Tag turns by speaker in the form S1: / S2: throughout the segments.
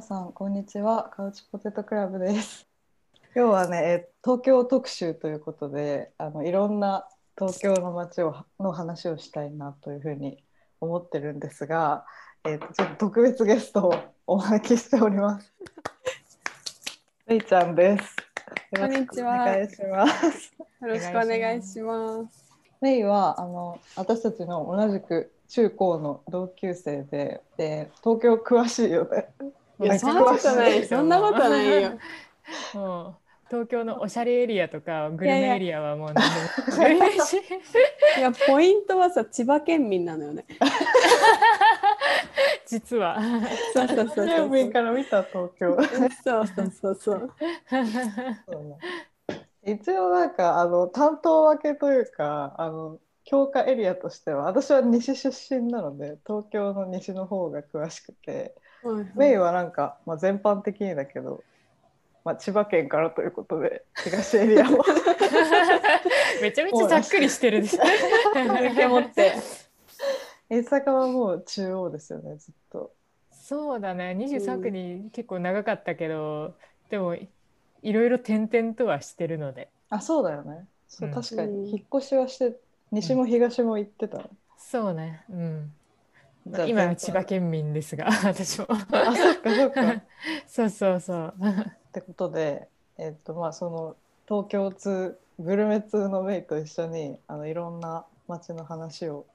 S1: さんこんにちはカウチポテトクラブです今日はねえ東京特集ということであのいろんな東京の街をの話をしたいなというふうに思ってるんですが、えっとちょっと特別ゲストをお招きしており ますレイちゃんです
S2: こんにちは
S1: よろしくお願いします
S2: よろしくお願いします。
S1: メイはあの私たちの同じく中高の同級生でで東京詳しいよ ね。
S2: いやそんなことないそんなことないよ。
S3: もう東京のおしゃれエリアとかグルメエリアはもう何 でもいいし
S2: いやポイントはさ千葉県民なのよね。
S3: 実は
S2: そうそうそう
S1: 県
S2: そう
S1: 民。から見た東京。
S2: そうそうそうそう。
S1: 一応なんかあの担当分けというかあの強化エリアとしては私は西出身なので東京の西の方が詳しくて、メイはなんか、まあ、全般的にだけど、まあ、千葉県からということで東エリアも
S3: めちゃめちゃざっくりしてるです
S2: 受け持って。
S1: 大阪はもう中央ですよねずっと。
S3: そうだね23区に結構長かったけど、でもいいろいろ転々とはしてるので
S1: あそうだよねそう、
S3: うん
S1: 確か
S2: うん
S1: に引っ越しはして西も東も行ってた、
S3: そうねうん
S1: じゃあ
S3: 今
S1: 全
S3: は
S1: 般
S3: 千葉県民ですが私も
S1: あそっかそっかっ
S3: そうそ うそう
S1: てことでえっ、とまあその東京通グルメ通のメイと一緒にあのいろんな街の話を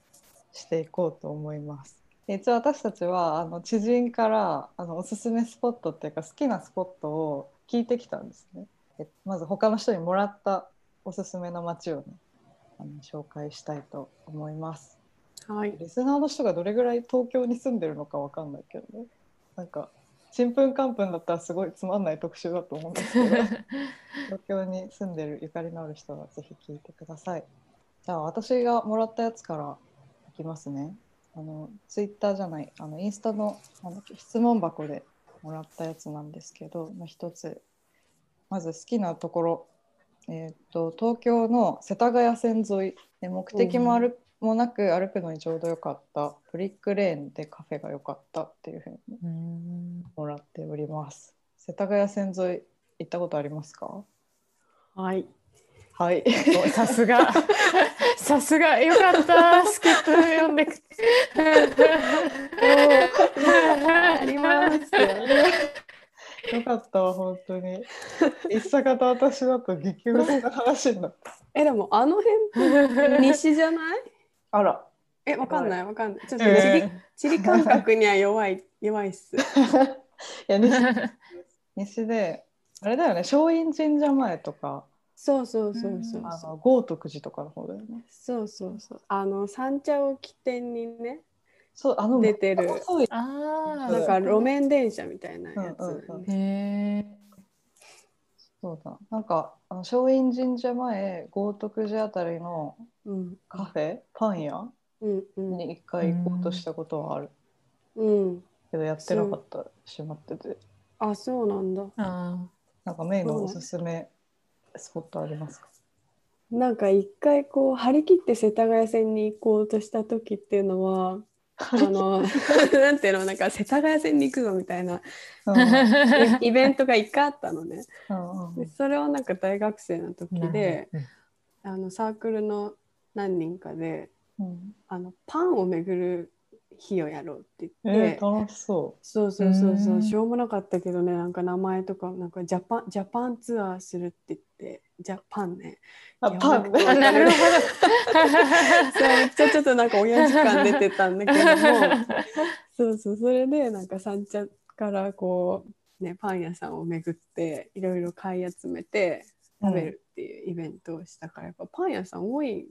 S1: していこうと思います一応私たちはあの知人からあのおすすめスポットっていうか好きなスポットを聞いてきたんですねえまず他の人にもらったおすすめの街をねあの紹介したいと思います
S2: はい。
S1: リスナーの人がどれぐらい東京に住んでるのかわかんないけどねなんかちんぷんかんぷんだったらすごいつまんない特集だと思うんですけど東京に住んでるゆかりのある人はぜひ聞いてくださいじゃあ私がもらったやつからいきますねあのツイッターじゃないあのインスタのなんだっけ質問箱でもらったやつなんですけど、まあ、一つまず好きなところ、えーっと東京の世田谷線沿いで目的も歩もなく歩くのにちょうどよかったブリックレーンでカフェが良かったっていうふうに
S3: うん
S1: もらっております世田谷線沿い行ったことありますか
S2: はい。
S1: はい
S3: おさすが さすがよかったスキップ読んでく
S2: ありますよ。
S1: よかったわ本当 に一坂と私だと激うまな話になった
S2: えでもあの辺西じゃない？
S1: あら
S2: えわかんないわかんない。ちょっと地理
S3: え
S2: 地理感覚には弱い弱いっす。
S1: いや西
S3: ー
S1: 西であれだよね松陰神社前とか
S2: そうそうそうそう
S1: あ
S2: そう。
S1: の豪徳寺とかの方だよね
S2: そうそうそう。あの三茶を起点にね、
S1: そうあの
S2: 出てる
S1: 細い
S3: あー
S2: なんか路面電車みたいなやつ。
S1: うんうんうん
S3: へえ
S1: そうだなんかあの松陰神社前豪徳寺あたりの
S2: うん
S1: カフェパン屋
S2: うんうん
S1: に一回行こうとしたことはある
S2: うん
S1: けどやってなかった閉まってて
S2: あそうなんだ
S3: あ
S1: なんかメイのおすすめスポットあり ますか
S2: なんか一回こう張り切って世田谷線に行こうとした時っていうのはあの なんていうのなんか世田谷線に行くぞみたい な
S1: うん
S3: ー
S2: イイベントが一回あったのね
S1: うんう
S2: で
S1: ん
S2: それをなんか大学生の時で
S3: うん
S2: あのサークルの何人かで
S1: うん
S2: あのパンを巡る日をやろうって言って、
S1: えー楽しそ
S2: そうそうそうそううんしょうもなかったけどねなんか名前とかなんかジャパンジャパンツアーするって言ってジャパンね
S1: うあパン
S2: いや
S3: あ
S2: な
S3: な
S2: るほ
S3: るほ
S2: そうめっちゃちょっとなんか親父感出てたんだけど もそうそうそれでなんか三茶からこうねパン屋さんを巡っていろいろ買い集めて食べるっていうイベントをしたからやっぱパン屋さん多い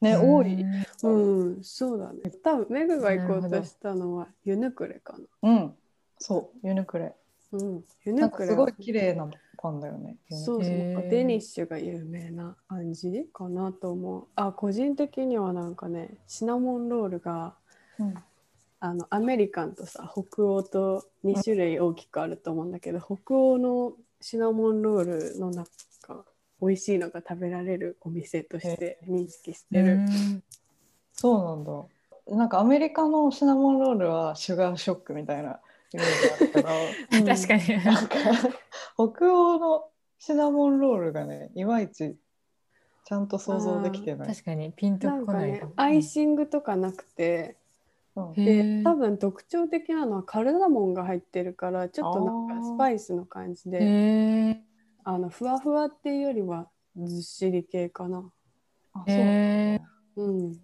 S1: ね
S3: ど
S1: 多い
S2: うんそうだね多分メグが行こうとしたのはユヌクレかな
S1: うんそうユニクレ
S2: うんユ
S1: な
S2: ヌ
S1: ん
S2: ク
S1: か
S2: レ
S1: す
S2: は
S1: ごい綺麗なパンだよねユニ
S2: そう
S1: クレ
S2: そう、
S3: へー
S2: なんかデニッシュが有名な感じかなと思うあ個人的にはなんかねシナモンロールが
S1: うん
S2: あのアメリカンとさ北欧と2種類大きくあると思うんだけど、北欧のシナモンロールの中美味しいのが食べられるお店として認識してる、
S1: そうなんだなんかアメリカのシナモンロールはシュガーショックみたいなイメージあったら、
S2: うん
S3: 確かに。
S1: なんか北欧のシナモンロールがねいまいちちゃんと想像できてない。
S3: 確かにピンと
S2: なんか
S3: こない
S2: ね
S3: かも。
S2: アイシングとかなくて
S1: うん
S3: へ
S2: で
S3: ー
S2: 多分特徴的なのはカルダモンが入ってるからちょっとなん
S1: あ
S2: か
S1: ー
S2: スパイスの感じで
S3: へえ。
S2: あのふわふわっていうよりはずっしり系かな。
S1: あそうなんだ
S3: へー
S2: うん、
S3: じ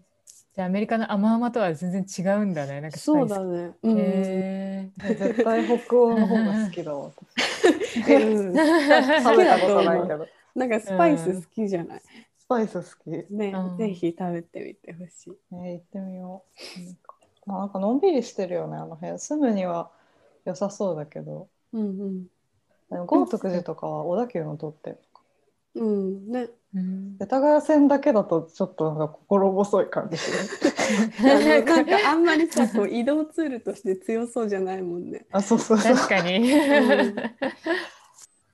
S3: ゃあアメリカの甘々とは全然違うんだね。なんかスパ
S2: そう
S3: イス
S2: だね。うん
S3: へ
S1: 絶対北欧の方が好きだわ。
S2: うん
S3: ー
S1: 食べたことないけど。
S2: なんかスパイス好きじゃない。
S1: スパイス好き。ね、
S2: ね
S3: う、ん
S2: ぜひ食べてみてほしい。
S1: 行ってみよう。なんかまあ、なんかのんびりしてるよね、あの辺。住むには良さそうだけど。
S2: うん
S1: でも豪徳寺とかは小田急のとってるのか。
S2: うん。うん ね。
S3: うん
S1: 世田谷線だけだとちょっとなんか心細い感じする。
S2: あのなんかあんまりさこう移動ツールとして強そうじゃないもんね。
S1: あ、そうそうそう。
S3: 確かに。
S2: ん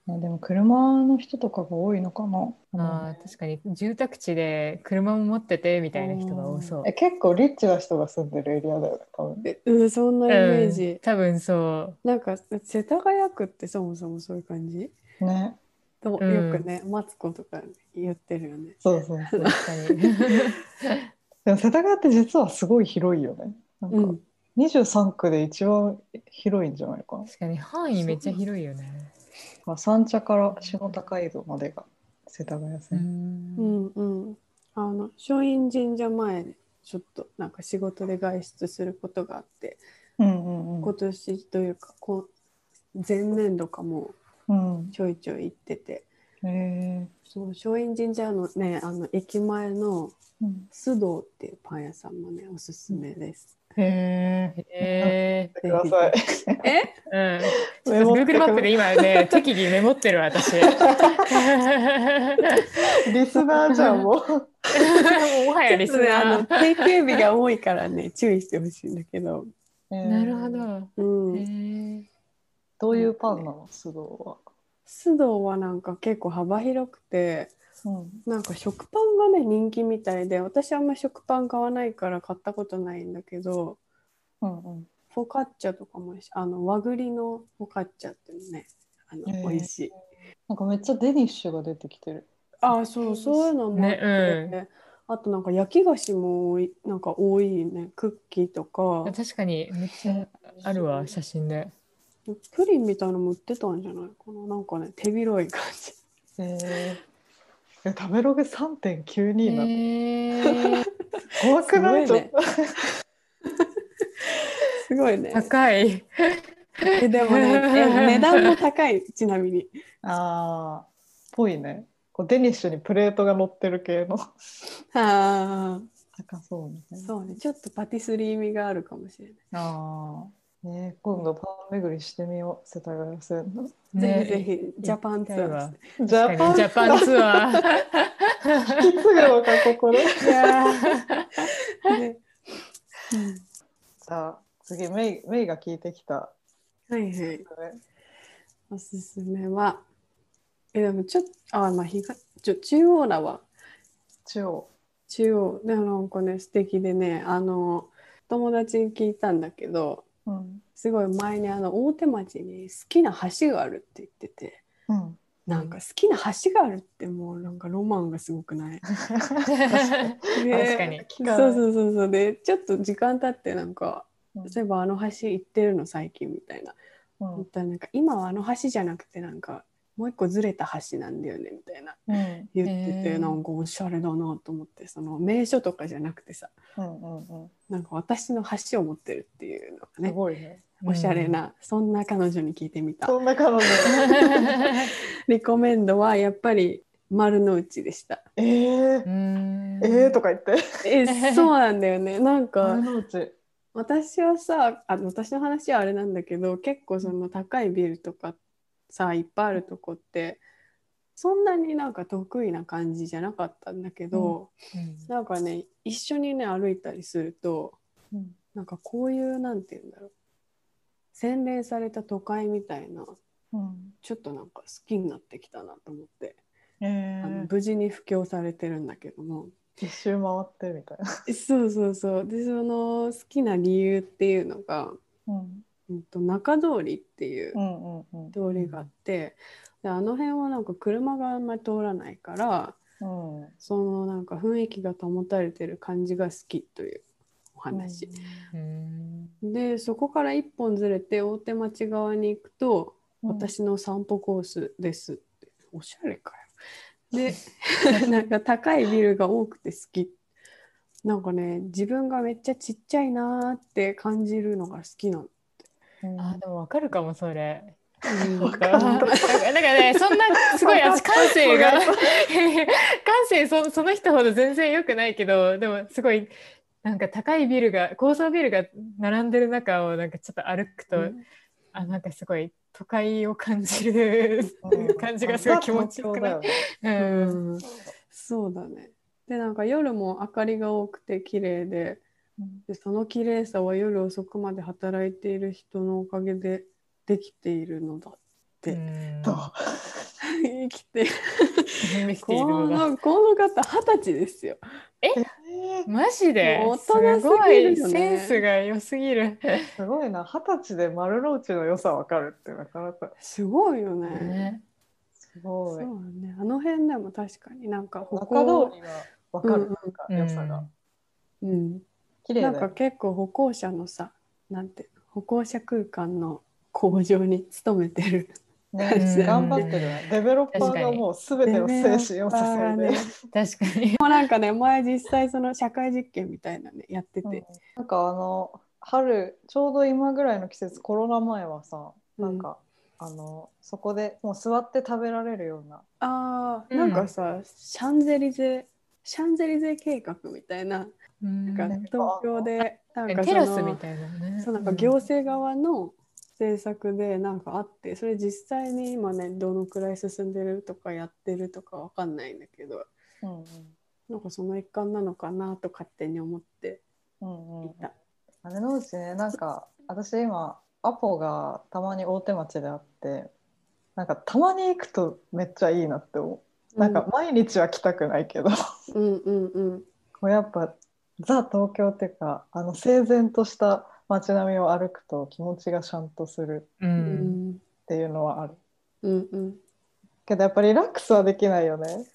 S1: ねでも車の人とかが多いのかな。
S3: あー確かに住宅地で車も持っててみたいな人が多そう
S1: え。結構リッチな人が住んでるエリアだよね、多分。
S2: でうんそんなイメージ。
S3: うん多分そう。
S2: なんか世田谷区ってそもそもそういう感じ
S1: ね。
S2: とよ
S3: うん
S2: くね、マツコとか言ってるよね。
S1: そうそうそう。
S3: 確か に。
S1: でも世田谷って実はすごい広いよね。なんか
S2: うん、
S1: 23区で一番広いんじゃないかな。
S3: 確かに範囲めっちゃ広いよね。
S1: まあ、三茶から下高井戸までが世田谷
S3: う。
S1: 線。
S2: うんん、うん。あの松陰神社前でちょっとなんか仕事で外出することがあって、
S1: うんうんうん
S2: 今年というかこう前年度かも
S1: うん。
S2: ちょいちょい行ってて、
S1: え
S2: その松陰神社のねあの駅前の
S1: ーうん
S2: 須藤っていうパン屋さんもねおすすめです。
S1: へー。
S3: え
S1: ください。
S2: え？
S3: ー、うん。
S1: メモってく
S3: Google マップで今ね、適宜メモってる私。 も
S1: リスナーじゃん、もう。
S3: うもは
S2: ちょ
S3: や
S2: っ
S3: リ
S2: と
S3: ス
S2: ねあの
S3: ナー。
S2: 定休日が多いからね注意してほしいんだけど。
S3: なるほ
S1: えー。
S3: ど。
S2: うん。
S3: へー
S1: どういうパンなの、須藤は。
S2: 須藤はなんか結構幅広くて
S1: うん。
S2: なんか食パンがね人気みたいで私あんま食パン買わないから買ったことないんだけど
S1: うんうん。
S2: フォカッチャとかも美味しいあの和栗のフォカッチャっていうのねあの、
S1: へー
S2: 美味しい
S1: なんかめっちゃデニッシュが出てきてる。
S2: ああそうそういうのもあって、
S3: ね
S2: あとなんか焼き菓子も多いなんか多いねクッキーとか
S3: 確かにめっちゃあるわ写真で。
S2: プリンみたいのも売ってたんじゃないかななんかね手広い感じ
S1: えー。食べログ3.92なの、
S3: へー
S1: 怖くないち
S2: すご
S1: ょっ
S2: いね
S1: と
S2: すごいね
S3: 高い。
S2: えでもねえ 値段も高いちなみに
S1: ああぽいねこうデニッシュにプレートが乗ってる系の
S2: ああ
S1: 高そうみたいな
S2: そうね、ちょっとパティスリー味があるかもしれない。
S1: ああ、ねえ、今度パン巡りしてみよう、世田谷線の。
S2: ぜ
S3: ね
S2: ひぜひジャパンツアーし
S3: 行
S2: て。
S1: ジャ
S3: 確か
S1: パン
S3: にジャパンツアー。
S1: 引き継ぐのか、ここで。
S3: いやー
S2: ね
S1: じゃあ、次、メイ、メイが聞いてきた。
S2: はいはい。おすすめは、えでもちょっと、あ、まあ、東ちょ中央だわ。
S1: 中央。
S2: 中央。でもなんかね、素敵でね、あの、友達に聞いたんだけど、
S1: うん。
S2: すごい前にあの大手町に好きな橋があるって言ってて、
S1: うん。
S2: なんか好きな橋があるってもうなんかロマンがすごくないね
S3: 確かに
S1: 聞かない
S2: そうそうそうそうでちょっと時間経ってなんか
S1: うん
S2: 例えばあの橋行ってるの最近みたいな
S1: うん
S2: 言ったらなんか今はあの橋じゃなくてなんかもう一個ずれた橋なんだよねみたいな
S1: うん。
S2: 言って
S3: へ
S2: て
S3: ー
S2: なんかおしゃれだなと思ってその名所とかじゃなくてさ
S1: うん。うん。うん。
S2: なんか私の橋を持ってるっていうのが
S1: す
S2: ね
S1: ごいね。
S2: おしゃれなそんな彼女に聞いてみた
S1: そんな彼女。
S2: リコメンドはやっぱり丸の内でした
S1: ええ
S3: う。ん。
S1: ええとか言って。
S2: えそうなんだよねなんか
S1: 丸の内。
S2: 私はさあ私の話はあれなんだけど結構その高いビルとかさいっぱいあるとこってそんなになんか得意な感じじゃなかったんだけど、
S3: うん
S2: なんかね一緒にね歩いたりすると
S1: うん。
S2: なんかこういうなんて言うんだろう洗練された都会みたいな
S1: うん。
S2: ちょっとなんか好きになってきたなと思って、
S1: え
S2: あの
S1: え。
S2: 無事に布教されてるんだけども。
S1: 一周回ってみたいな。
S2: そうそうそうでその好きな理由っていうのが
S1: うん。
S2: うんと中通りっていう
S1: うんうんうん
S2: 通りがあって、であの辺はなんか車があんまり通らないから
S1: うんうん
S2: そのなんか雰囲気が保たれてる感じが好きというお話、
S3: うん
S2: でそこから一本ずれて大手町側に行くと、
S1: うん
S2: 私の散歩コースですっておしゃれかよでなんか高いビルが多くて好きなんかね自分がめっちゃちっちゃいなーって感じるのが好きなの。
S1: うん
S3: あでもわかるかもそれ。
S2: うん
S3: なんかなんかねそんなすごい私感性が
S2: わ
S3: 感性そその人ほど全然良くないけどでもすごいなんか高いビルが高層ビルが並んでる中をなんかちょっと歩くと、あなんかすごい都会を感じる感じがすごい気持ちよくない
S1: あ東
S2: う
S3: う
S2: んんそうだね。でなんか夜も明かりが多くて綺麗ででその綺麗さは夜遅くまで働いている人のおかげでできているのだ
S3: う
S2: で
S3: ん
S1: 京だよね
S2: 生きて
S3: 生 きてい
S2: こ
S3: るのが
S2: のこの方二十歳ですよ。
S1: え
S3: マジで
S2: もう
S3: す
S2: 大人す
S3: ご
S2: ぎる
S3: い
S2: よね
S3: センスが良す ぎる。
S1: ーすごいな二十歳で丸の内の良さわかるってなかなか
S2: すごいよね。
S3: ね
S1: すご
S2: そう
S1: い
S2: だね。あの辺でも確かになんか歩
S1: 中
S2: 行
S1: 通りがわかる、
S2: うん
S1: なんか良さが、
S2: うん、
S1: 綺麗だ
S2: な
S1: よ
S2: んか結構歩行者のさなんて歩行者空間の向上に努めてる
S1: ね
S2: うん
S1: 頑張ってるね デベロッパーがもう全ての精神を注い で、
S3: 確かに。
S2: もうなんかね前実際その社会実験みたいなねやって
S1: うん
S2: て、
S1: なんかあの春ちょうど今ぐらいの季節コロナ前はさなんか、あのそこでもう座って食べられるような
S2: あー
S3: うん
S2: なんかさ、シャンゼリゼシャンゼリゼ計画みたいな
S3: うん
S2: なんか
S1: ね
S2: 東京でなんか
S3: テラス
S2: その
S3: みたいなね。
S2: そうなんか行政側の政策でなんかあってそれ実際に今ねどのくらい進んでるとかやってるとかわかんないんだけど
S1: うん
S2: なんかその一環なのかなと勝手に思って
S1: うんうん
S2: いた。
S1: あれのうちねなんか私今アポがたまに大手町であってなんかたまに行くとめっちゃいいなって思うなんか毎日は来たくないけど、
S2: うんうんうん
S1: こうやっぱザ東京っていうかあの整然とした街並みを歩くと気持ちがシャンとする
S3: う。
S2: うんん
S1: っていうのはある
S2: うんうん
S1: けどやっぱリラックスはできないよね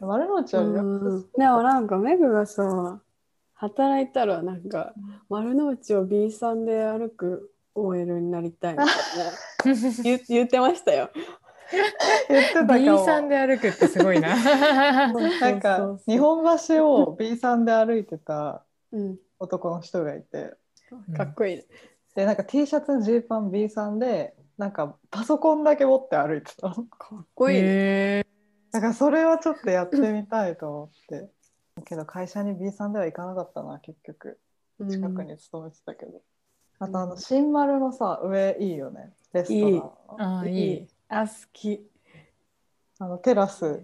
S1: 丸の内はリラッ
S2: う
S1: ク
S2: ん
S1: ス
S2: でもなんかメグがさ働いたらなんか丸の内を B さんで歩く OL になりたいみ たいな 言言ってましたよ。
S1: 言ってたか
S3: B さん
S1: も
S3: で歩くってすご いな。
S1: なん
S2: そうそう
S1: か
S2: そう
S1: 日本橋を B さんで歩いてた
S2: うん、
S1: 男の人がいて
S2: かっこいい、ね
S1: でなんか T シャツジーパン B さんでなんかパソコンだけ持って歩いてたの
S2: かっこいい、ね
S3: へ
S1: だからそれはちょっとやってみたいと思ってけど会社に B さんでは行かなかったな結局
S2: うん
S1: 近くに勤めてたけど、あとあの新丸のさ上いいよねレストラン
S3: ーああい
S2: い
S3: い
S2: い。あ好き、
S1: あのテラ ス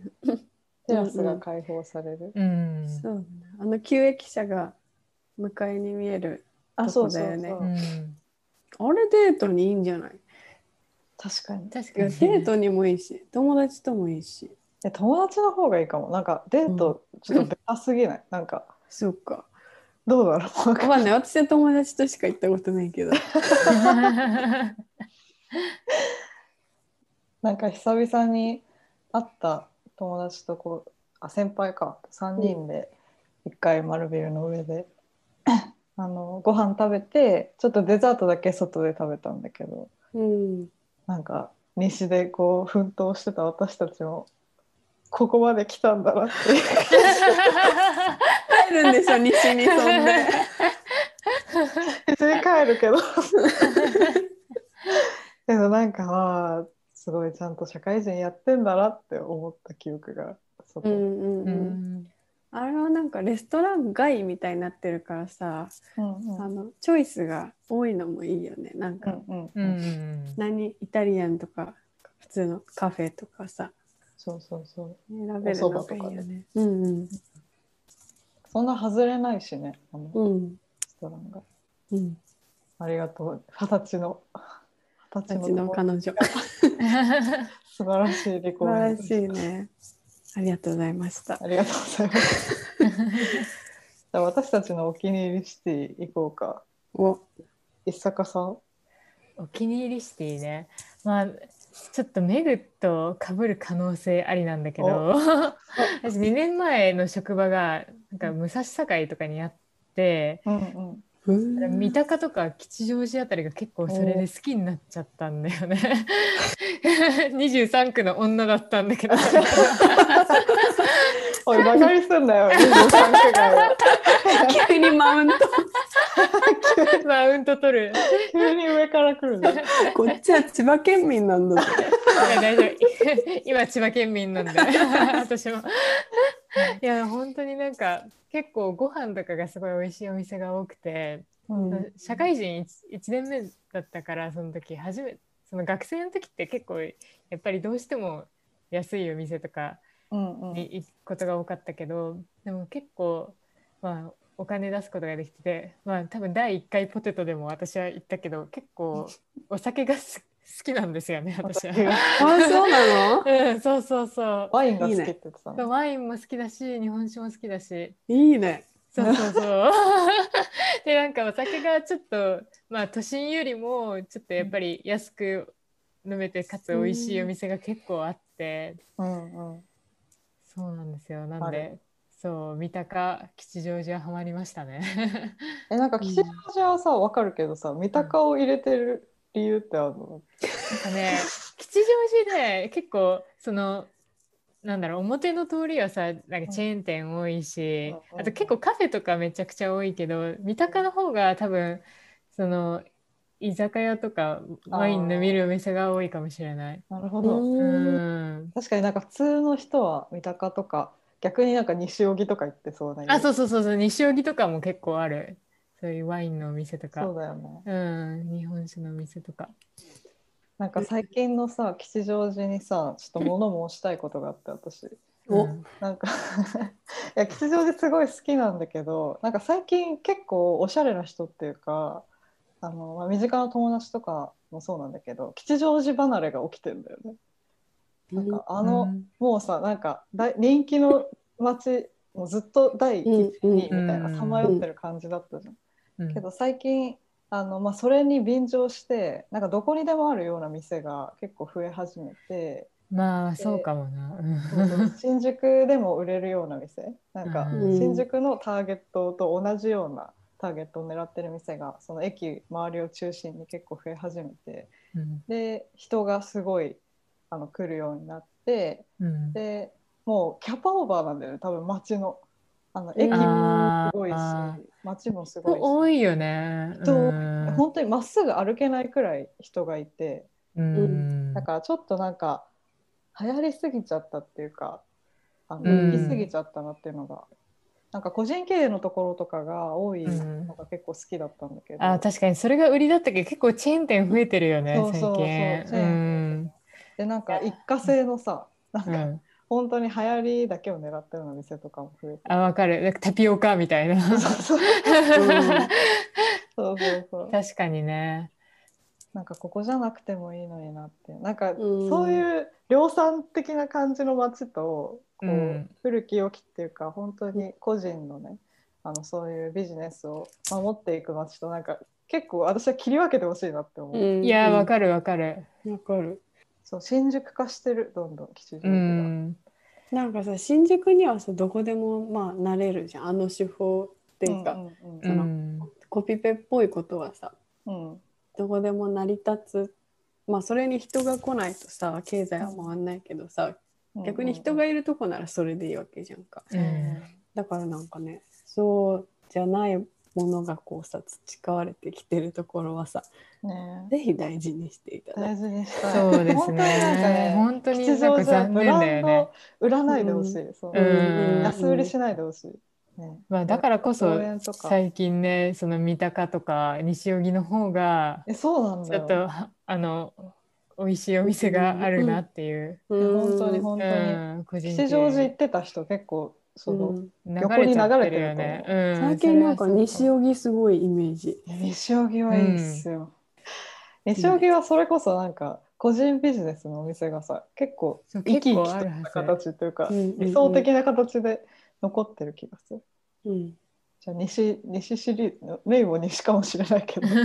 S1: テラスが開放される、
S3: うん。
S2: そうねあの旧駅舎が向かいに見える
S1: あ
S2: そ
S1: そうう
S2: だ
S1: だ
S2: よ
S1: よ
S2: ね
S1: ね、
S3: うん
S2: あれデートにいいんじゃない
S1: 確かに
S2: い
S3: 確か
S2: や
S3: に
S2: デートにもいいし友達ともいいし
S1: え友達の方がいいかもなんかデートちょっとベタすぎない、なんか
S2: そうか
S1: どうだろう なん
S2: わ
S1: か
S2: かんない私は友達としか行ったことないけど
S1: なんか久々に会った友達とこうあ先輩か3人で一回丸ビルの上 で、あのご飯食べてちょっとデザートだけ外で食べたんだけど
S2: うん
S1: なんか西でこう奮闘してた私たちもここまで来たんだなっていう
S2: 帰るんでしょ西にそんで
S1: 別に帰るけ どけどなんかあーすごいちゃんと社会人やってんだなって思った記憶がそこ、
S2: うんうん
S3: う
S2: うん、
S3: ん
S2: あれはなんかレストラン街みたいになってるからさ、
S1: うんうん
S2: あのチョイスが多いのもいいよねなん
S1: う
S2: か、
S1: んうん
S3: う
S1: うん
S3: ん。
S2: 何イタリアンとか普通のカフェとかさ
S1: そうそうそう
S2: 選べるのがいいよ
S1: お蕎麦とか
S2: ね。うんうん
S1: そんな外れないしね、あのレ
S2: うん
S1: ストランが。
S2: うん、
S1: ありがとう、二十歳の。二
S2: うちの彼女素
S1: 素晴らしい離婚。
S2: 晴らしいねありがとうございました
S1: ありがとうございます。 じゃあ私たちのお気に入りシティ行こうか。
S2: お
S1: 一坂さん。
S3: お気に入りシティね。まあちょっとメグと被る可能性ありなんだけど 私2年前の職場がなんか武蔵境とかにあって
S1: うんうん。
S3: 三鷹とか吉祥寺あたりが結構それで好きになっちゃったんだよね 23区の女だったんだけど
S1: おい、バカにすんなよ。23区が
S2: 急にマウント
S3: マウント取る
S1: 急に上から来るんだ。
S2: こっちは千葉県民なんだぞ
S3: いや大丈夫 今千葉県民なんで 私もいや本当になんか結構ご飯とかがすごい美味しいお店が多くて、
S1: うん
S3: 社会人 1, 年目だったからその時初めその学生の時って結構やっぱりどうしても安いお店とか
S1: うんうん。
S3: に行くことが多かったけどでも結構まあお金出すことができててまあ多分第1回ポテトでも私は行ったけど結 構お酒がす好きなんですよね私は。
S2: あそうなの
S3: うん、そうそうそう。
S1: ワインが好きって言ってた
S3: そう
S1: の。
S3: ワインも好きだし、日本酒も好きだし。
S2: いいね
S3: そうそうそう。 で、なんかお酒がちょっと、まあ都心よりも、ちょっとやっぱり安く飲めて、かつ美味しいお店が結構あって、
S1: うんうん。
S3: そうなんですよ。な
S1: あ
S3: んで
S1: る、
S3: そう、三鷹、吉祥寺はハマりましたね。
S1: え、なんか吉祥寺はさ、わかるけどさ、三鷹を入れてる理由ってあるの
S3: なんかね、吉祥寺で結構、その、なんだろう表の通りはさなんかチェーン店多いし
S1: うん
S3: あと結構カフェとかめちゃくちゃ多いけど三鷹の方が多分その居酒屋とかワイン飲めるお店が多いかもしれない。
S1: なるほど。
S3: うん
S1: 確かになんか普通の人は三鷹とか、逆になんか西荻とか行ってそうなイメー
S3: あ
S1: ジ。
S3: そうそうそうそう西荻とかも結構あるそういうワインのお店と
S1: そう
S3: か
S1: だよね。
S3: うん日本酒のお店とか。
S1: なんか最近のさ、吉祥寺にさ、ちょっと物申したいことがあって、私。
S2: お
S3: うん
S1: なんか いや吉祥寺すごい好きなんだけどなんか最近結構おしゃれな人っていうかあの、まあ、身近な友達とかもそうなんだけど吉祥寺離れが起きてんだよね。なんかあの、
S3: うん
S1: もうさなんか大人気の街もうずっと第
S2: うん
S1: 1
S2: うん
S1: 位みたいなさまよってる感じだったじゃん。
S3: うん
S1: けど最近あの、まあ、それに便乗してなんかどこにでもあるような店が結構増え始めて。
S3: まあそうかもな。
S1: そうそう新宿でも売れるような店なんか
S3: うん
S1: 新宿のターゲットと同じようなターゲットを狙ってる店がその駅周りを中心に結構増え始めて
S3: うん
S1: で人がすごいあの来るようになって
S3: うん
S1: でもうキャパオーバーなんだよね多分街のあの駅
S2: うん
S1: も
S3: あ
S1: すごいし
S3: ー
S1: 街もすごいし
S3: 多いよね。
S1: 人多い
S3: うん
S1: 本当にまっすぐ歩けないくらい人がいて
S3: うん
S1: だからちょっとなんか流行りすぎちゃったっていうかあの
S3: うん
S1: 行き過ぎちゃったなっていうのが、なんか個人経営のところとかが多いのが結構好きだったんだけど、
S3: あ確かにそれが売りだったけど結構チェーン店増えてるよね
S1: そうそう
S3: 最
S1: そうチ
S3: 近。
S1: ェ
S3: う
S1: ー
S3: ん
S1: ンでなんか一過性のさ、
S3: う
S1: なんか
S3: ん、
S1: 本当に流行りだけを狙ったような店とかも増えて、
S3: あ分かるなんかタピオカみたいな
S1: そう
S3: 確
S1: そうそうそう
S3: かにね
S1: なんかここじゃなくてもいいのになってなんか
S2: うん
S1: そういう量産的な感じの街とこう、
S3: うん
S1: 古き良きっていうか本当に個人のねあのそういうビジネスを守っていく街となんか結構私は切り分けてほしいなって思う,、
S2: うん
S3: いや分
S2: る
S3: かる分かる
S2: わかる
S1: そう新宿化してるどんどん吉祥
S3: う
S1: 寺が、
S3: ん
S2: なんかさ新宿にはさどこでもまあ慣れるじゃんあの手法っていうか、
S1: うんうん
S3: う
S2: その
S3: ん
S2: コピペっぽいことはさ
S1: うんうん
S2: どこでも成り立つまあそれに人が来ないとさ経済は回んないけどさ
S1: うん
S2: 逆に人がいるとこならそれでいいわけじゃんか
S1: うんうん
S2: だからなんかねそうじゃないものがこうさ培われてきてるところはさ
S1: ねえ
S2: ぜひ大事にしていただき
S1: 大事にしたい
S3: そうで
S1: 本
S3: す
S1: 当になんか
S3: ね
S1: ね
S3: 本当に
S1: 吉
S3: なん
S1: 祥
S3: か
S1: 寺は
S3: 残
S1: ブ
S3: 念
S1: ラ
S3: だ
S1: ン
S3: よ
S1: ド
S3: ね
S1: を売らないでほしい、そう
S3: うん
S2: うん
S1: 安売りしないでほしい、ね、
S3: まあだからこそ
S1: 公園とか
S3: 最近ねその三鷹とか西荻の方が
S1: えそうなん
S3: ち
S1: だ
S3: ょ
S1: よ
S3: っとはあの美味しいお店があるなっていう、
S2: う
S1: いや
S2: ん
S1: 本当に本当に、
S3: うん個人的に
S1: 吉祥寺行ってた人結構その、
S2: うん
S3: 流れちゃってるよね。うん
S2: 最近なんか
S3: そ
S2: 西
S3: れは
S2: 荻すごいイメージ。
S1: いや西荻はいいっすよ、西荻はそれこそなんか個人ビジネスのお店がさ結構
S3: そう
S1: 生き生き
S3: 結
S1: と
S3: 構あるはず
S1: した形というか、
S2: うんうんうん
S1: 理想的な形で残ってる気がする
S2: うん
S1: じゃあ西西シリーズメインも西かもしれないけど
S3: そう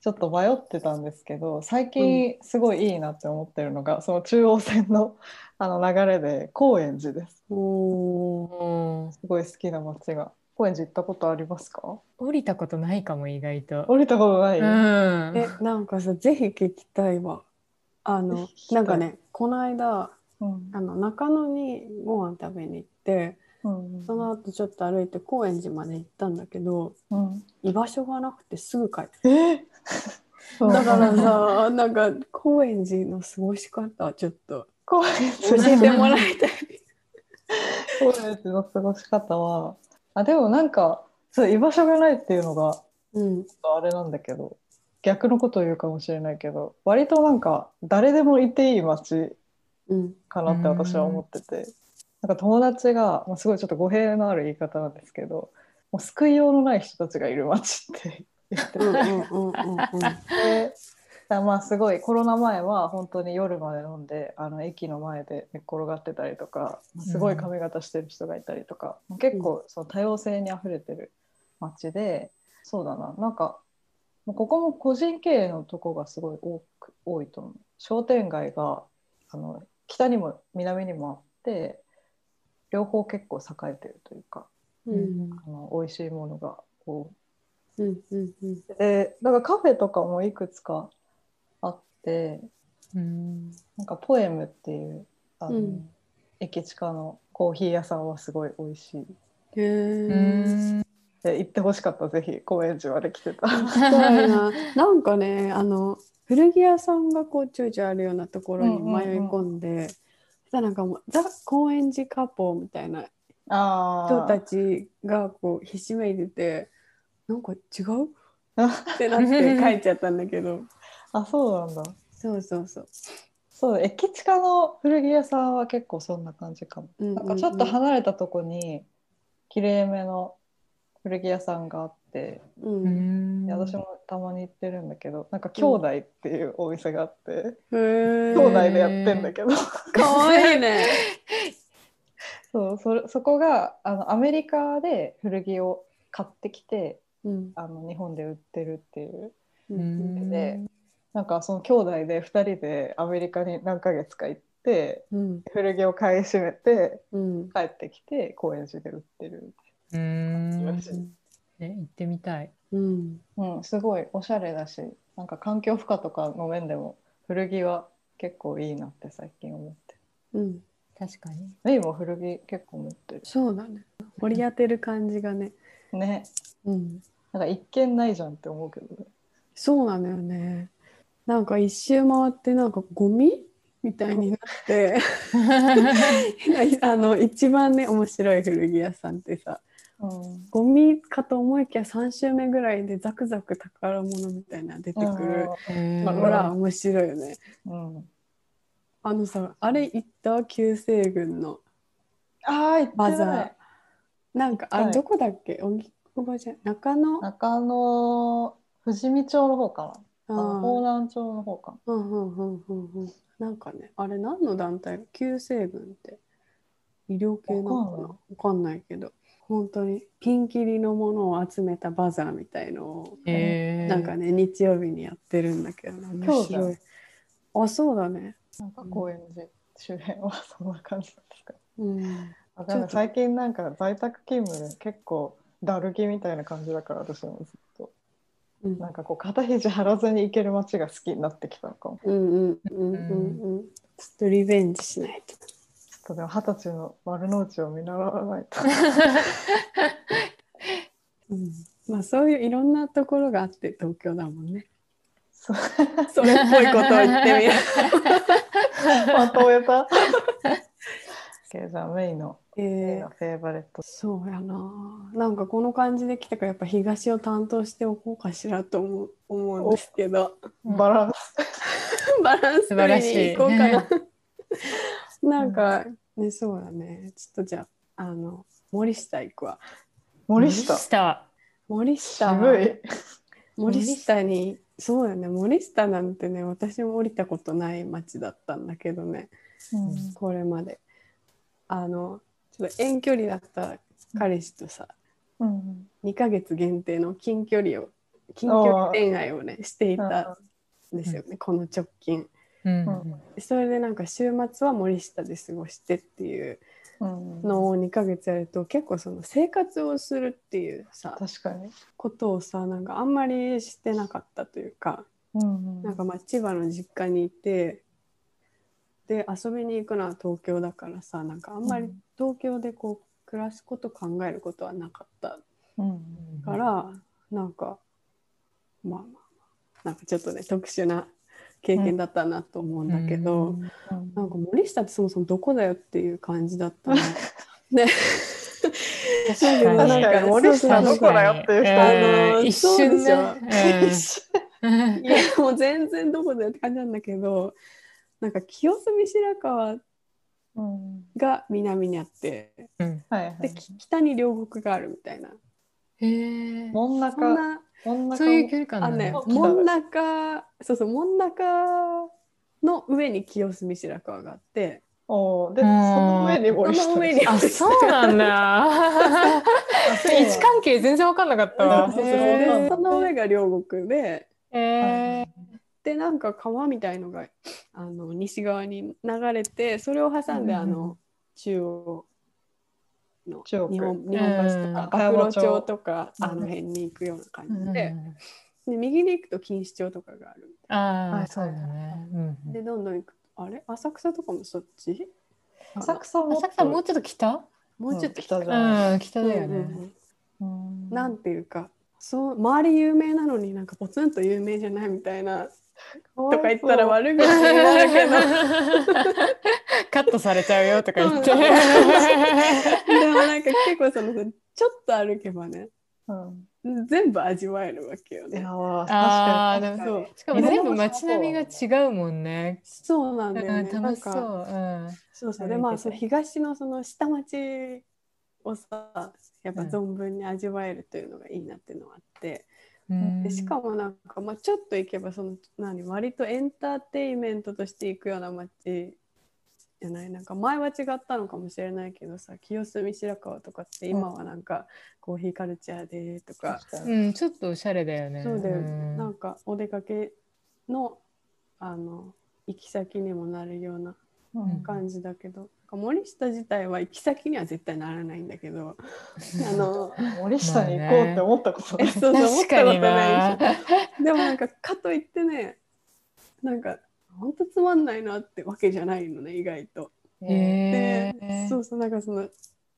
S1: ちょっと迷ってたんですけど最近すごいいいなって思ってるのが、その中央線の あの流れで高円寺です
S2: おー
S3: うん
S1: すごい好きな街が高円寺行ったことありますか
S3: 降りたことないかも意外と。
S1: 降りたことない、
S3: うん
S2: えなんかさぜひ聞きたいわあ
S1: ぜ
S2: の
S1: ひ聞きたい
S2: なんかねこの間
S1: うん
S2: あの中野にご飯食べに行って
S1: うん
S2: その後ちょっと歩いて高円寺まで行ったんだけど
S1: うん、
S2: 居場所がなくてすぐ帰って
S1: えそう
S2: だからさなんか高円寺の過ごし方ちょっと
S1: 高円
S2: 教
S1: 寺
S2: えてもらいたい
S1: 高円寺の過ごし方はあでもなんかそう居場所がないっていうのが
S2: うん
S1: あれなんだけど逆のことを言うかもしれないけど割となんか誰でもいていい街
S2: うん
S1: かなって私は思っててなんか友達が、まあ、すごいちょっと語弊のある言い方なんですけどもう救いようのない人たちがいる街って言って
S2: うんうん
S1: て
S2: うんうん
S1: でだまあすごいコロナ前は本当に夜まで飲んであの駅の前で寝っ転がってたりとかすごい髪型してる人がいたりとか、結構その多様性にあふれてる街でそうだななんかまあここも個人経営のとこがすごい多く多いと思う商店街があの北にも南にもあって両方結構栄えてるというか
S2: うんうん
S1: あの美味しいものが多い
S2: うんうんうん
S1: でだからカフェとかもいくつかあって
S3: うん
S1: なんかポエムっていうあの、
S2: うん
S1: 駅近のコーヒー屋さんはすごい美味しい
S2: へ
S3: う
S2: え
S3: ん
S1: で行ってほしかったぜひ高円寺まで来てた
S2: 行きたいななんかねあの古着屋さんがこうちょいちょいあるようなところに迷い込んで、そしたらなんかもうザ・高円寺カポーみたいな人
S1: あ
S2: たちがこうひしめいててなんか違う
S1: あ
S2: ってなって書いちゃったんだけど
S1: あそうなんだ
S2: そうそうそう、
S1: そう駅近の古着屋さんは結構そんな感じかも、
S2: うんうんうん
S1: なんかちょっと離れたとこにきれいめの古着屋さんがあって、
S2: うん
S3: うん
S1: いや私もたまに行ってるんだけどなんか兄弟っていうお店があって、
S2: へー
S1: 兄弟でやってんだけど
S2: かわいいね
S1: そうそれそこがあのアメリカで古着を買ってきて
S2: うん
S1: あの日本で売ってるっていう
S2: うん
S1: でなんかその兄弟で2人でアメリカに何ヶ月か行って
S2: うん
S1: 古着を買い占めて
S2: うん
S1: 帰ってきて高円寺で売ってる、
S3: うんね行ってみたい。
S2: うん
S1: うん、すごいおしゃれだしなんか環境負荷とかの面でも古着は結構いいなって最近思って
S2: うん
S3: 確か に。
S1: メイも古着結構持ってる
S2: そうだね掘り当てる感じがね
S1: ね
S2: うん
S1: なんか一見ないじゃんって思うけどね
S2: そうなのよねなんか一周回ってなんかゴミみたいになって あの一番ね面白い古着屋さんってさ
S1: うん
S2: ゴミかと思いきや3周目ぐらいでザクザク宝物みたいなの出てくる
S3: うん
S1: まあ
S2: ほら面白いよね
S1: うんうん
S2: あのさあれ行った旧西軍の
S1: ああ、行って
S2: バザ
S1: な
S2: ー
S1: い。
S2: なんかあ
S1: は
S2: れ
S1: い
S2: どこだっけ荻窪じゃ中野あ
S1: 中野、富士見町の方かな。あの方
S2: ー
S1: 南町の方かな。
S2: うんうんうんうんうんなんかねあれ何の団体旧西軍って医療系なのかなわかんないけど本当にピンキリのものを集めたバザーみたいのを、
S3: へー
S2: なんかね日曜日にやってるんだけどね
S1: 今
S2: 面
S1: 日だ
S2: 白いあそうだね
S1: なんか高円寺周辺はそんな感じなんですか。
S2: うん
S1: あでも最近なんか在宅勤務で結構だるきみたいな感じだから私もずっと
S2: うん
S1: なんかこう肩肘張らずに行ける街が好きになってきたのかも。
S2: うんうんうんうんうんちょっとリベンジしないと
S1: ちょっとでも二十歳の丸の内を見習わない と。
S2: うんまあそういういろんなところがあって東京だもん ね。
S1: そう
S2: それっぽいことを言ってみる。
S1: まとめた。OK じゃあメイのメイ
S2: えー
S1: のフェーバレット。
S2: そうやな。なんかこの感じで来たからやっぱ東を担当しておこうかしらと思う思うんですけど、
S1: バランス。
S2: バランス
S3: 素
S2: 取
S3: 晴ら
S2: り
S3: し
S2: に
S3: い。
S2: 行こうかな。なんかね、そうだね。ちょっとじゃあ、あの、森下行くわ。
S1: 森下。
S2: 森下、
S1: 渋い。
S2: 森下に、そうやね。森下なんてね、私も降りたことない街だったんだけどね。
S1: うん
S2: これまであのちょっと遠距離だった彼氏とさ
S1: うん
S2: 2ヶ月限定の近距離を近距離恋愛をねしていたんですよね、この直近。
S3: うん
S2: それでなんか週末は森下で過ごしてっていう
S1: うん
S2: のを2ヶ月やると結構その生活をするっていうさ
S1: 確かに。
S2: ことをさなんかあんまりしてなかったというか
S1: うん
S2: なんかまあ千葉の実家にいてで遊びに行くのは東京だからさなんかあんまり東京でこう暮らすこと考えることはなかった
S1: うん
S2: からなんかまあまあまあなんかちょっとね特殊な経験だったなと思うんだけど。
S3: うん
S1: うん
S2: なんか森下ってそもそもどこだよっていう感じだったの。 ね。
S1: 確
S3: 確かに
S1: かに森下どこだよっていう人
S2: あ
S1: は
S2: の
S3: うん一
S2: そうで
S3: 瞬
S2: しょ
S3: ね。う
S2: い
S3: ん
S2: やもう全然どこだよって感じなんだけどなんか清澄白河
S1: うん
S2: が南にあって
S3: うん
S1: はいはい
S2: でき北に両国があるみたいな
S3: へ
S1: 真ん
S3: え。
S2: そん
S1: 中
S2: な
S1: 真ん中
S3: そういう距離感
S2: あ
S3: な
S2: の
S3: んだ
S2: ね
S1: そう
S2: 真ん中そうそう真ん中の上に清澄白河があって
S1: おーで
S3: う
S1: そ
S3: ん
S1: の上に森下
S2: その上に
S3: あ、そうなんだ。位置関係全然わかんなかった
S2: そう
S3: わ。
S2: そうそう
S1: へ
S2: で
S1: ー
S2: その上が両国で。
S3: へえ。
S2: でなんか川みたいのがあの西側に流れてそれを挟んで、
S1: うんうん
S2: あの中央の日
S1: 中
S2: 本
S1: 国
S2: 日本橋と
S1: うん
S2: か白
S1: 綾
S2: 露
S1: 町
S2: 町とか、
S1: うん
S2: あの辺に行くような感
S3: うん
S2: じで,、で右に行くと錦糸町とかがある
S3: あ
S1: は
S3: あ、
S1: い
S3: そうだね。うん
S2: でどんどん行くとあれ浅草とかもそっち
S1: 浅草も
S3: 浅草もうちょっと北？
S2: もうちょっ
S1: うん北
S2: と北
S1: だ
S3: うん、北だよ
S2: うんう
S3: ね。
S2: ん
S1: うん
S2: なんていうかそう周り有名なのになんかポツンと有名じゃないみたいなとか言ったら悪口になるけど
S3: カットされちゃうよとか言って。
S2: うん でもなんか結構そのちょっと歩けばね
S1: うん
S2: 全部味わえるわけよ
S1: いや
S2: ね。
S1: ー
S3: ああ、
S1: 確か
S3: で
S1: に確かに
S3: もそう。しかも全部街並みが違うもんね。
S2: そうなん
S3: う
S2: だよね。
S3: ん、
S2: な
S3: 楽
S2: ん
S3: しそう。
S2: か
S3: うん。
S2: そうそう
S3: 歩いて
S2: で
S3: て
S2: まあその東のその下町をさやっぱ
S3: うん
S2: 存分に味わえるというのがいいなっていうのがあって、
S3: うん
S2: でしかもなんか、まあ、ちょっと行けばその何割とエンターテインメントとして行くような街じゃないなんか前は違ったのかもしれないけどさ清澄白河とかって今はなんかコーヒーカルチャーでとか、
S1: 確かに
S3: うん、ちょっとおしゃれだよね。
S2: そうだよ、
S3: ん
S2: なんかお出かけのあの行き先にもなるような
S1: うん
S2: 感じだけど、森下自体は行き先には絶対ならないんだけ どあの
S1: 森下に行こうって思ったことな
S2: え
S1: い
S2: そうそう思っ
S3: 確
S2: たこ
S3: か
S2: と
S3: に
S2: な。
S3: ない
S2: しでもなんかかといってねなんかほんとつまんないなってわけじゃないのね意外と。
S3: へ
S2: で、
S3: ー
S2: そうそうなんかその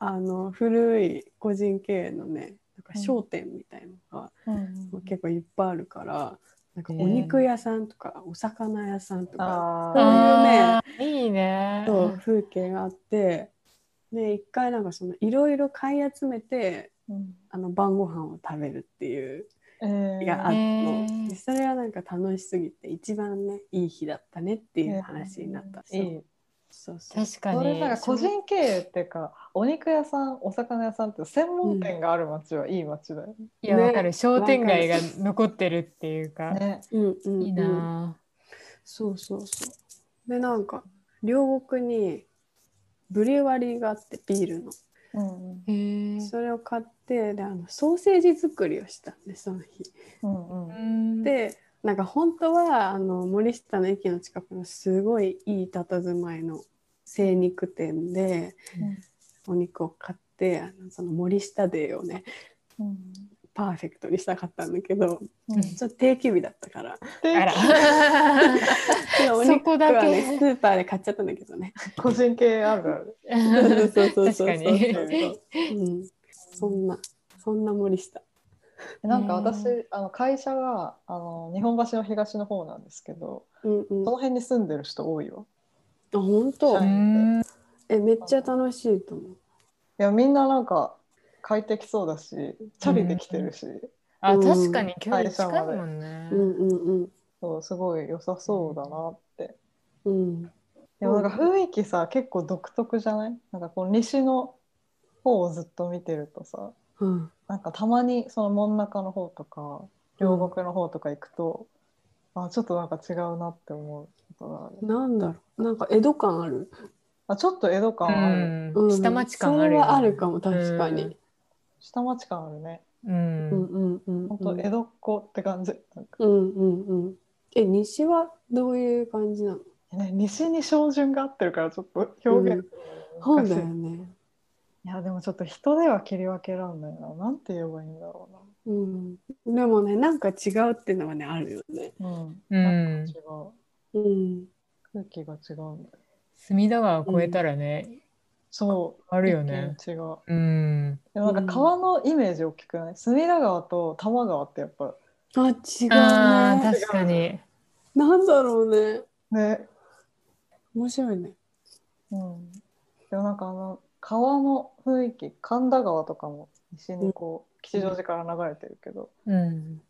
S2: あの古い個人経営のねなんか商店みたいのが、
S1: うん
S2: 結構いっぱいあるからなんか
S3: えー
S2: お肉屋さんとかお魚屋さんとか、
S1: あ
S2: そう
S1: ー
S3: あーいいね。
S2: そう風景があってで一回なんかそのいろいろ買い集めて
S1: うん
S2: あの晩ご飯を食べるっていう
S1: えー
S2: 日があって、
S3: えー
S2: でそれはなんか楽しすぎて一番ねいい日だったねっていう話になった、
S1: いい
S2: そうそう
S3: 確か
S1: それ
S3: に。
S1: なんか個人経営っていうかお肉屋さんお魚屋さんって専門店がある町はいい町だよ
S3: いや、
S2: ね
S3: わかる。商店街が残ってるっていうか。
S1: ね。
S2: うんうんうん
S3: いいな
S2: そうそうそうでなんか両国にブリュワリーがあってビールの
S1: うんうん
S3: ぁ。へえ。
S2: それを買ってであのソーセージ作りをしたんですその日。
S1: うんうん
S2: でなんか本当はあの森下の駅の近くのすごいいい佇まいの精肉店でお肉を買ってあのその森下デーをね
S1: うん
S2: パーフェクトにしたかったんだけど
S1: うん
S2: ちょっと定休日だったから
S3: あら。
S2: でお肉
S3: そこだけ
S2: はねスーパーで買っちゃったんだけどね
S1: 個人系あるある。
S2: そう そうそうそう
S3: 確かに。
S2: うん、そんなそんな森下
S1: なんか私
S3: う
S1: あの会社があの日本橋の東の方なんですけど
S2: うんう
S1: そ
S2: ん
S1: の
S2: あ
S1: 辺に住んでる人多いよ。
S2: 本当、
S1: は
S3: う
S1: い
S3: ん
S2: えめっちゃ楽しいと思う
S1: いやみんななんか快適そうだしチャリで来てるし、
S3: あ、
S2: うん
S3: 確かに距離近いもんね
S2: う。んうん
S1: そうすごい良さそうだなって。
S2: うんうん
S1: でもなんか雰囲気さ結構独特じゃないなんかこう西の方をずっと見てるとさ
S2: うん
S1: なんかたまにその真ん中の方とか両国の方とか行くと、あちょっとなんか違うなって思うことがある。
S2: なんだろうなんか江戸感ある
S1: あちょっと江戸感
S3: う
S1: ある、
S3: ん
S2: うん
S3: 下町感あ
S2: そ
S3: る
S2: れ
S3: よね。
S2: はあるかも確かに、
S3: うん
S1: 下町感あるね。
S3: う
S2: うんんうんうんうん。
S1: 本当江戸っ子って感じなんか、
S2: うんうんうん。え、西はどういう感じなの
S1: ね、西に照準が合ってるからちょっと表現
S2: そ
S1: 難
S2: う
S1: しい、
S2: だよね。
S1: いやでもちょっと人では切り分けらんないななんて言えばいいんだろ
S2: うん。でもね、なんか違うっていうのはね、あるよね。
S1: うなうん、
S3: うん
S1: なんか違う
S2: うん。
S1: 空気が違うんだよ
S3: 隅田川を越えたらね、
S1: そう
S3: あるよね
S1: 一気に違う
S3: うん
S1: でもなんか川のイメージ大きくない隅田川と多摩川ってやっぱ
S2: あ、違う
S3: あー
S2: ね。
S3: 確かに
S2: なんだろうね。
S1: ね
S2: 面白いね。
S1: うんでもなんかあの川の雰囲気神田川とかも西にこう吉祥寺から流れてるけど
S3: うん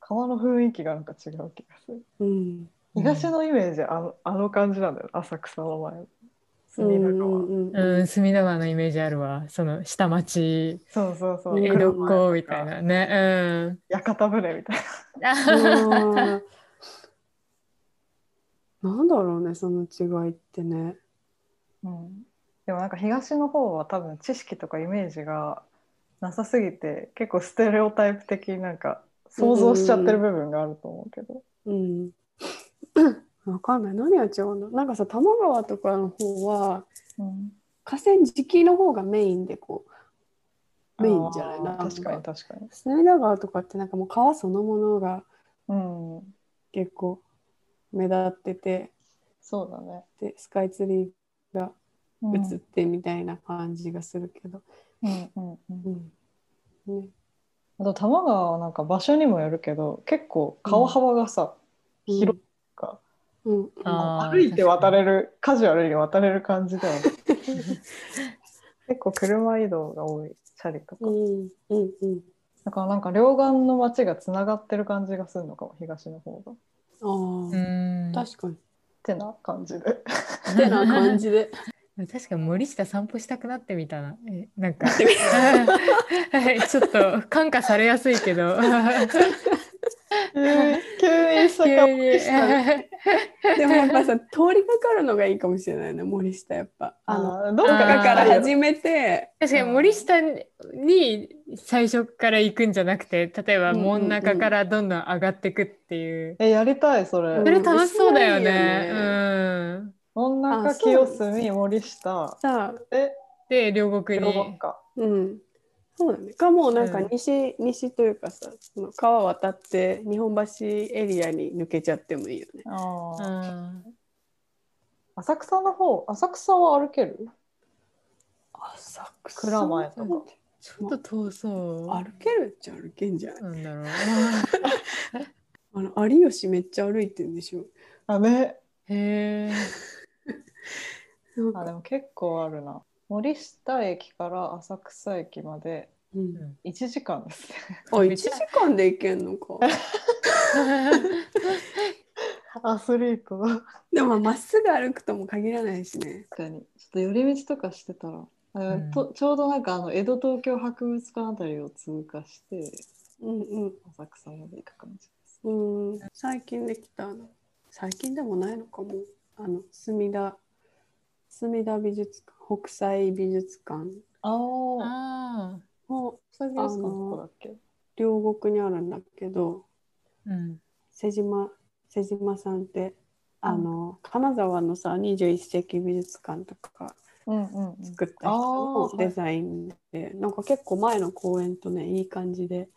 S1: 川の雰囲気がなんか違う気がする
S2: うん。
S1: 東のイメージあのあの感じなんだよ浅草の前隅田川、
S2: うんうん
S3: う
S2: うん
S3: ん、隅田川のイメージあるわ。その下町、
S1: そうそうそう
S2: 江
S3: 江
S2: 戸
S3: 戸
S2: っ
S3: っ
S2: 子
S3: 子みたいなね。うん。
S1: 屋形船みたいな
S2: あーなんだろうね、その違いってね。
S1: うん、でもなんか東の方は多分知識とかイメージがなさすぎて結構ステレオタイプ的になんか想像しちゃってる部分があると思うけど、
S2: うん。わかんない。何が違うのなんかさ、多摩川とかの方は、
S1: うん
S2: 河川敷の方がメインでこう、メインじゃないな
S1: あー確か
S2: ん
S1: に確かに、
S2: 隅田川とかってなんかもう川そのものが
S1: うん、
S2: 結構目立ってて、
S1: そうだね
S2: で、スカイツリーが
S1: うん
S2: 映ってみたいな感じがするけど。
S1: うんうんう
S2: うんん。ね。
S1: あと多摩川はなんか場所にもよるけど結構川幅がさ、広いか、
S2: うん。
S3: あー
S1: 歩いて渡れるカジュアルに渡れる感じで はない結構車移動が多いチャリとか、
S2: うん。うん。うん。
S1: だからなんか両岸の町がつながってる感じがするのかも東の方が。っ
S2: ああ、
S3: うん
S2: 確かに。
S1: てな感じで。
S2: ってな感じで。
S3: 確かに森下散歩したくなってみたな。えなんか、はい ちょっと感化されやすいけど。
S1: 急に急に坂
S3: 急
S1: を
S3: に。
S2: でもやっぱさ、通りかかるのがいいかもしれないね、森下やっぱ。あの、
S1: あのどう
S2: と
S1: か
S2: か
S1: か
S2: からら
S1: 始
S2: 始めて、
S3: 確かに森下に最初から行くんじゃなくて、例えば真ん中からどんどん上がっていくっていう。
S1: えやりたいそれ。
S2: うん
S3: それ楽しそうだよね。
S2: う
S3: うん。
S1: 真ん
S2: あ
S1: 中
S2: そう
S1: 清澄森下
S2: さあ、
S1: で
S3: で、両国
S1: 両
S3: に。
S1: 国か。
S2: うん。そうだね。かもうなんか
S3: うん
S2: 西、西というかさ、その川渡って日本橋エリアに抜けちゃってもいいよね。
S1: あ
S3: う
S1: ー
S3: ん。
S1: 浅草の方浅草は歩ける？
S2: 浅草
S1: 蔵前とか
S3: ちょっと遠そう。
S2: 歩けるっちゃ歩けんじゃない
S3: なんだろう。
S2: あの有吉めっちゃ歩いてるでしょ。
S1: あね。
S3: へえ。
S2: なん
S1: あ
S2: か
S1: でも結構あるな。森下駅から浅草駅まで
S2: うん、
S1: 1時間ですね。
S2: あ1時間で行けんのか。
S1: アスリートだ。
S2: でもまっすぐ歩くとも限らないしね。
S1: 確かにちょっと寄り道とかしてたら、あ
S3: うん
S1: とちょうどなんかあの江戸東京博物館あたりを通過して
S2: うんうん。
S1: 浅草まで行く感じです。
S2: うん、最近できたの最近でもないのかもあの墨田墨田美術館北斎美術館
S1: ああ、
S3: ああ。
S2: も
S1: それ美術館どこだっけ？
S2: 両国にあるんだけど
S3: うん。
S2: 瀬島瀬島さんってあの金沢のさ21世紀美術館とか
S1: うんうんうん。
S2: 作った人のデザインで、なんか結構前の公演とねいい感じで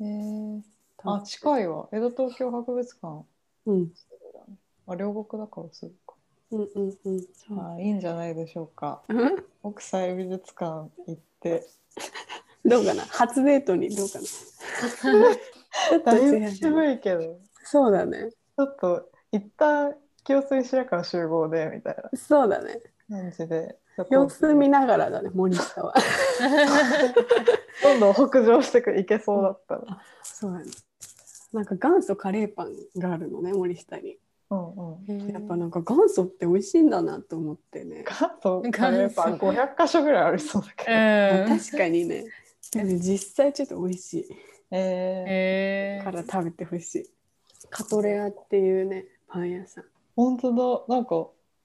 S1: えー、あ近いわ江戸東京博物館。
S2: うん
S1: そうだねあ両国だからするか。
S2: うんうんうんそう
S1: まあいいんじゃないでしょうか。
S2: うん
S1: 北斎美術館行って。
S2: どうかな初デートにどうかなちょっと
S1: だい
S2: 違
S1: ぶ
S2: う
S1: 渋いけど、
S2: そうだね
S1: ちょっと一旦清水白河集合でみたい
S2: そうだね。
S1: な感じで。
S2: 様子見ながらだね、森下は。
S1: どんどん北上してくいけそうだったら。
S2: そうだね。なんか元祖カレーパンがあるのね、森下に。
S1: うんうん。
S2: やっぱなんか元祖って美味しいんだなと思ってね。
S1: 関東カレーパン500箇所ぐらいありそうだけど。
S3: うん。
S2: 確かにね。でも実際ちょっと美味しい
S1: えー、
S3: へえ
S2: か。ら食べてほしい。カトレアっていうね、パン屋さん。
S1: 本当だ。なんか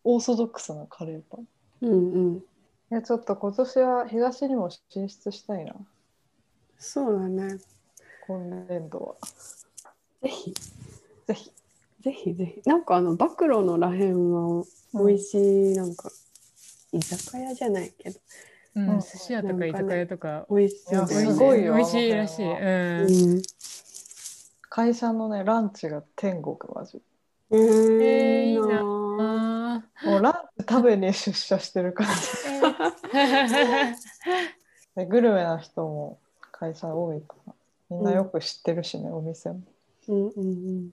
S1: オーソドックスなカレーパン。
S2: うんうん。
S1: いやちょっと今年は東にも進出したいな。
S2: そうだね。
S1: 今年度は。
S2: ぜひ、
S1: ぜひ。
S2: ぜひぜひ。なんかあの、暴露のらへんは美味しい、なんか、居酒屋じゃないけど、
S3: うん
S1: うん
S3: 寿司屋とか居酒屋とか
S2: 美味し
S1: いや
S2: そうだ
S3: 美
S2: よ
S3: 味し
S1: すご
S2: ね。
S1: いよ
S3: 美味しいらしい。
S1: あの
S3: う
S1: 辺
S3: ん。
S1: 会社のね、ランチが天国マジ。
S2: うん。
S3: えーいいな
S2: ぁ
S3: あ
S1: もうランチ食べに出社してる感じ。
S3: ー
S1: でグルメな人も会社多いから。みんなよく知ってるしね、お店も。
S2: うんうん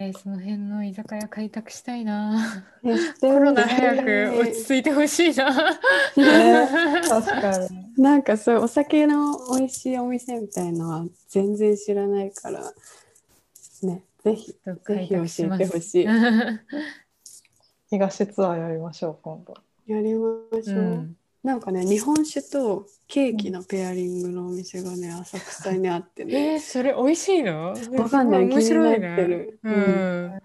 S3: えーその辺の居酒屋開拓したいな。
S2: うん。コ
S3: コロナ早く落ち着いてほしいな。
S1: ね、確かに。
S2: なんかそういうお酒の美味しいお店みたいのは全然知らないからねぜひぜ
S3: 開
S2: ひ教
S3: 拓し
S2: え
S3: ま
S2: て
S3: す
S2: ほしいや
S1: 東ツアーやりましょう、今度。
S2: りましょう、
S3: うん
S2: なんかね日本酒とケーキのペアリングのお店がね浅草にあってね
S3: えーそれ美味しいの
S2: わかんない
S3: 面白い
S2: 気になってる
S3: ね。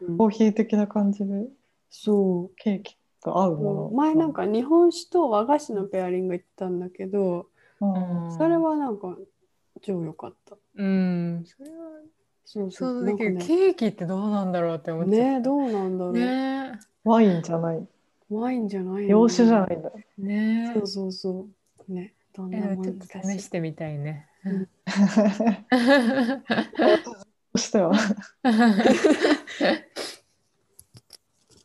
S3: うん。
S1: コーヒー的な感じで
S2: そ
S1: ケーキと合う
S2: う
S1: もの。
S2: 前なん、か日本酒と和菓子のペアリング行ったんだけど
S1: うん、
S2: それはなんか超良かった
S3: うん。それは
S2: そうそ
S3: 想
S2: う
S3: 像できる。
S2: なんか
S3: ケーキってどうなんだろうって思っちゃ
S2: ねねどうなんだろう、
S3: う。ね
S1: ワインじゃない。
S2: ワインじゃないの
S1: 洋酒じゃないんだ。
S3: ね
S2: そうそうそう。ね、どん
S3: え
S2: な
S3: ー
S2: も
S3: ちょ
S2: ん
S3: っ
S2: だ
S3: と試し
S2: し。
S3: てみたい ね。
S1: そしては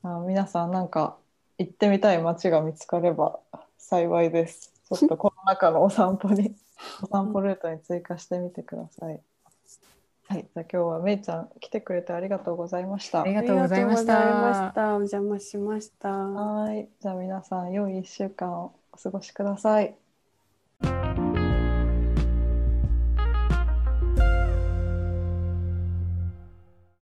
S1: あ皆さんなんか行ってみたい街が見つかれば幸いです。ちょっとこの中のお散歩 にお散歩ルートに追加してみてください。はい、じゃあ今日はめいちゃん来てくれてありがとうございました。
S3: あり
S1: は
S3: がとうございました
S2: ありがとうございましたお邪魔しました。
S1: い、じゃあ皆さん良い1週間をお過ごしください。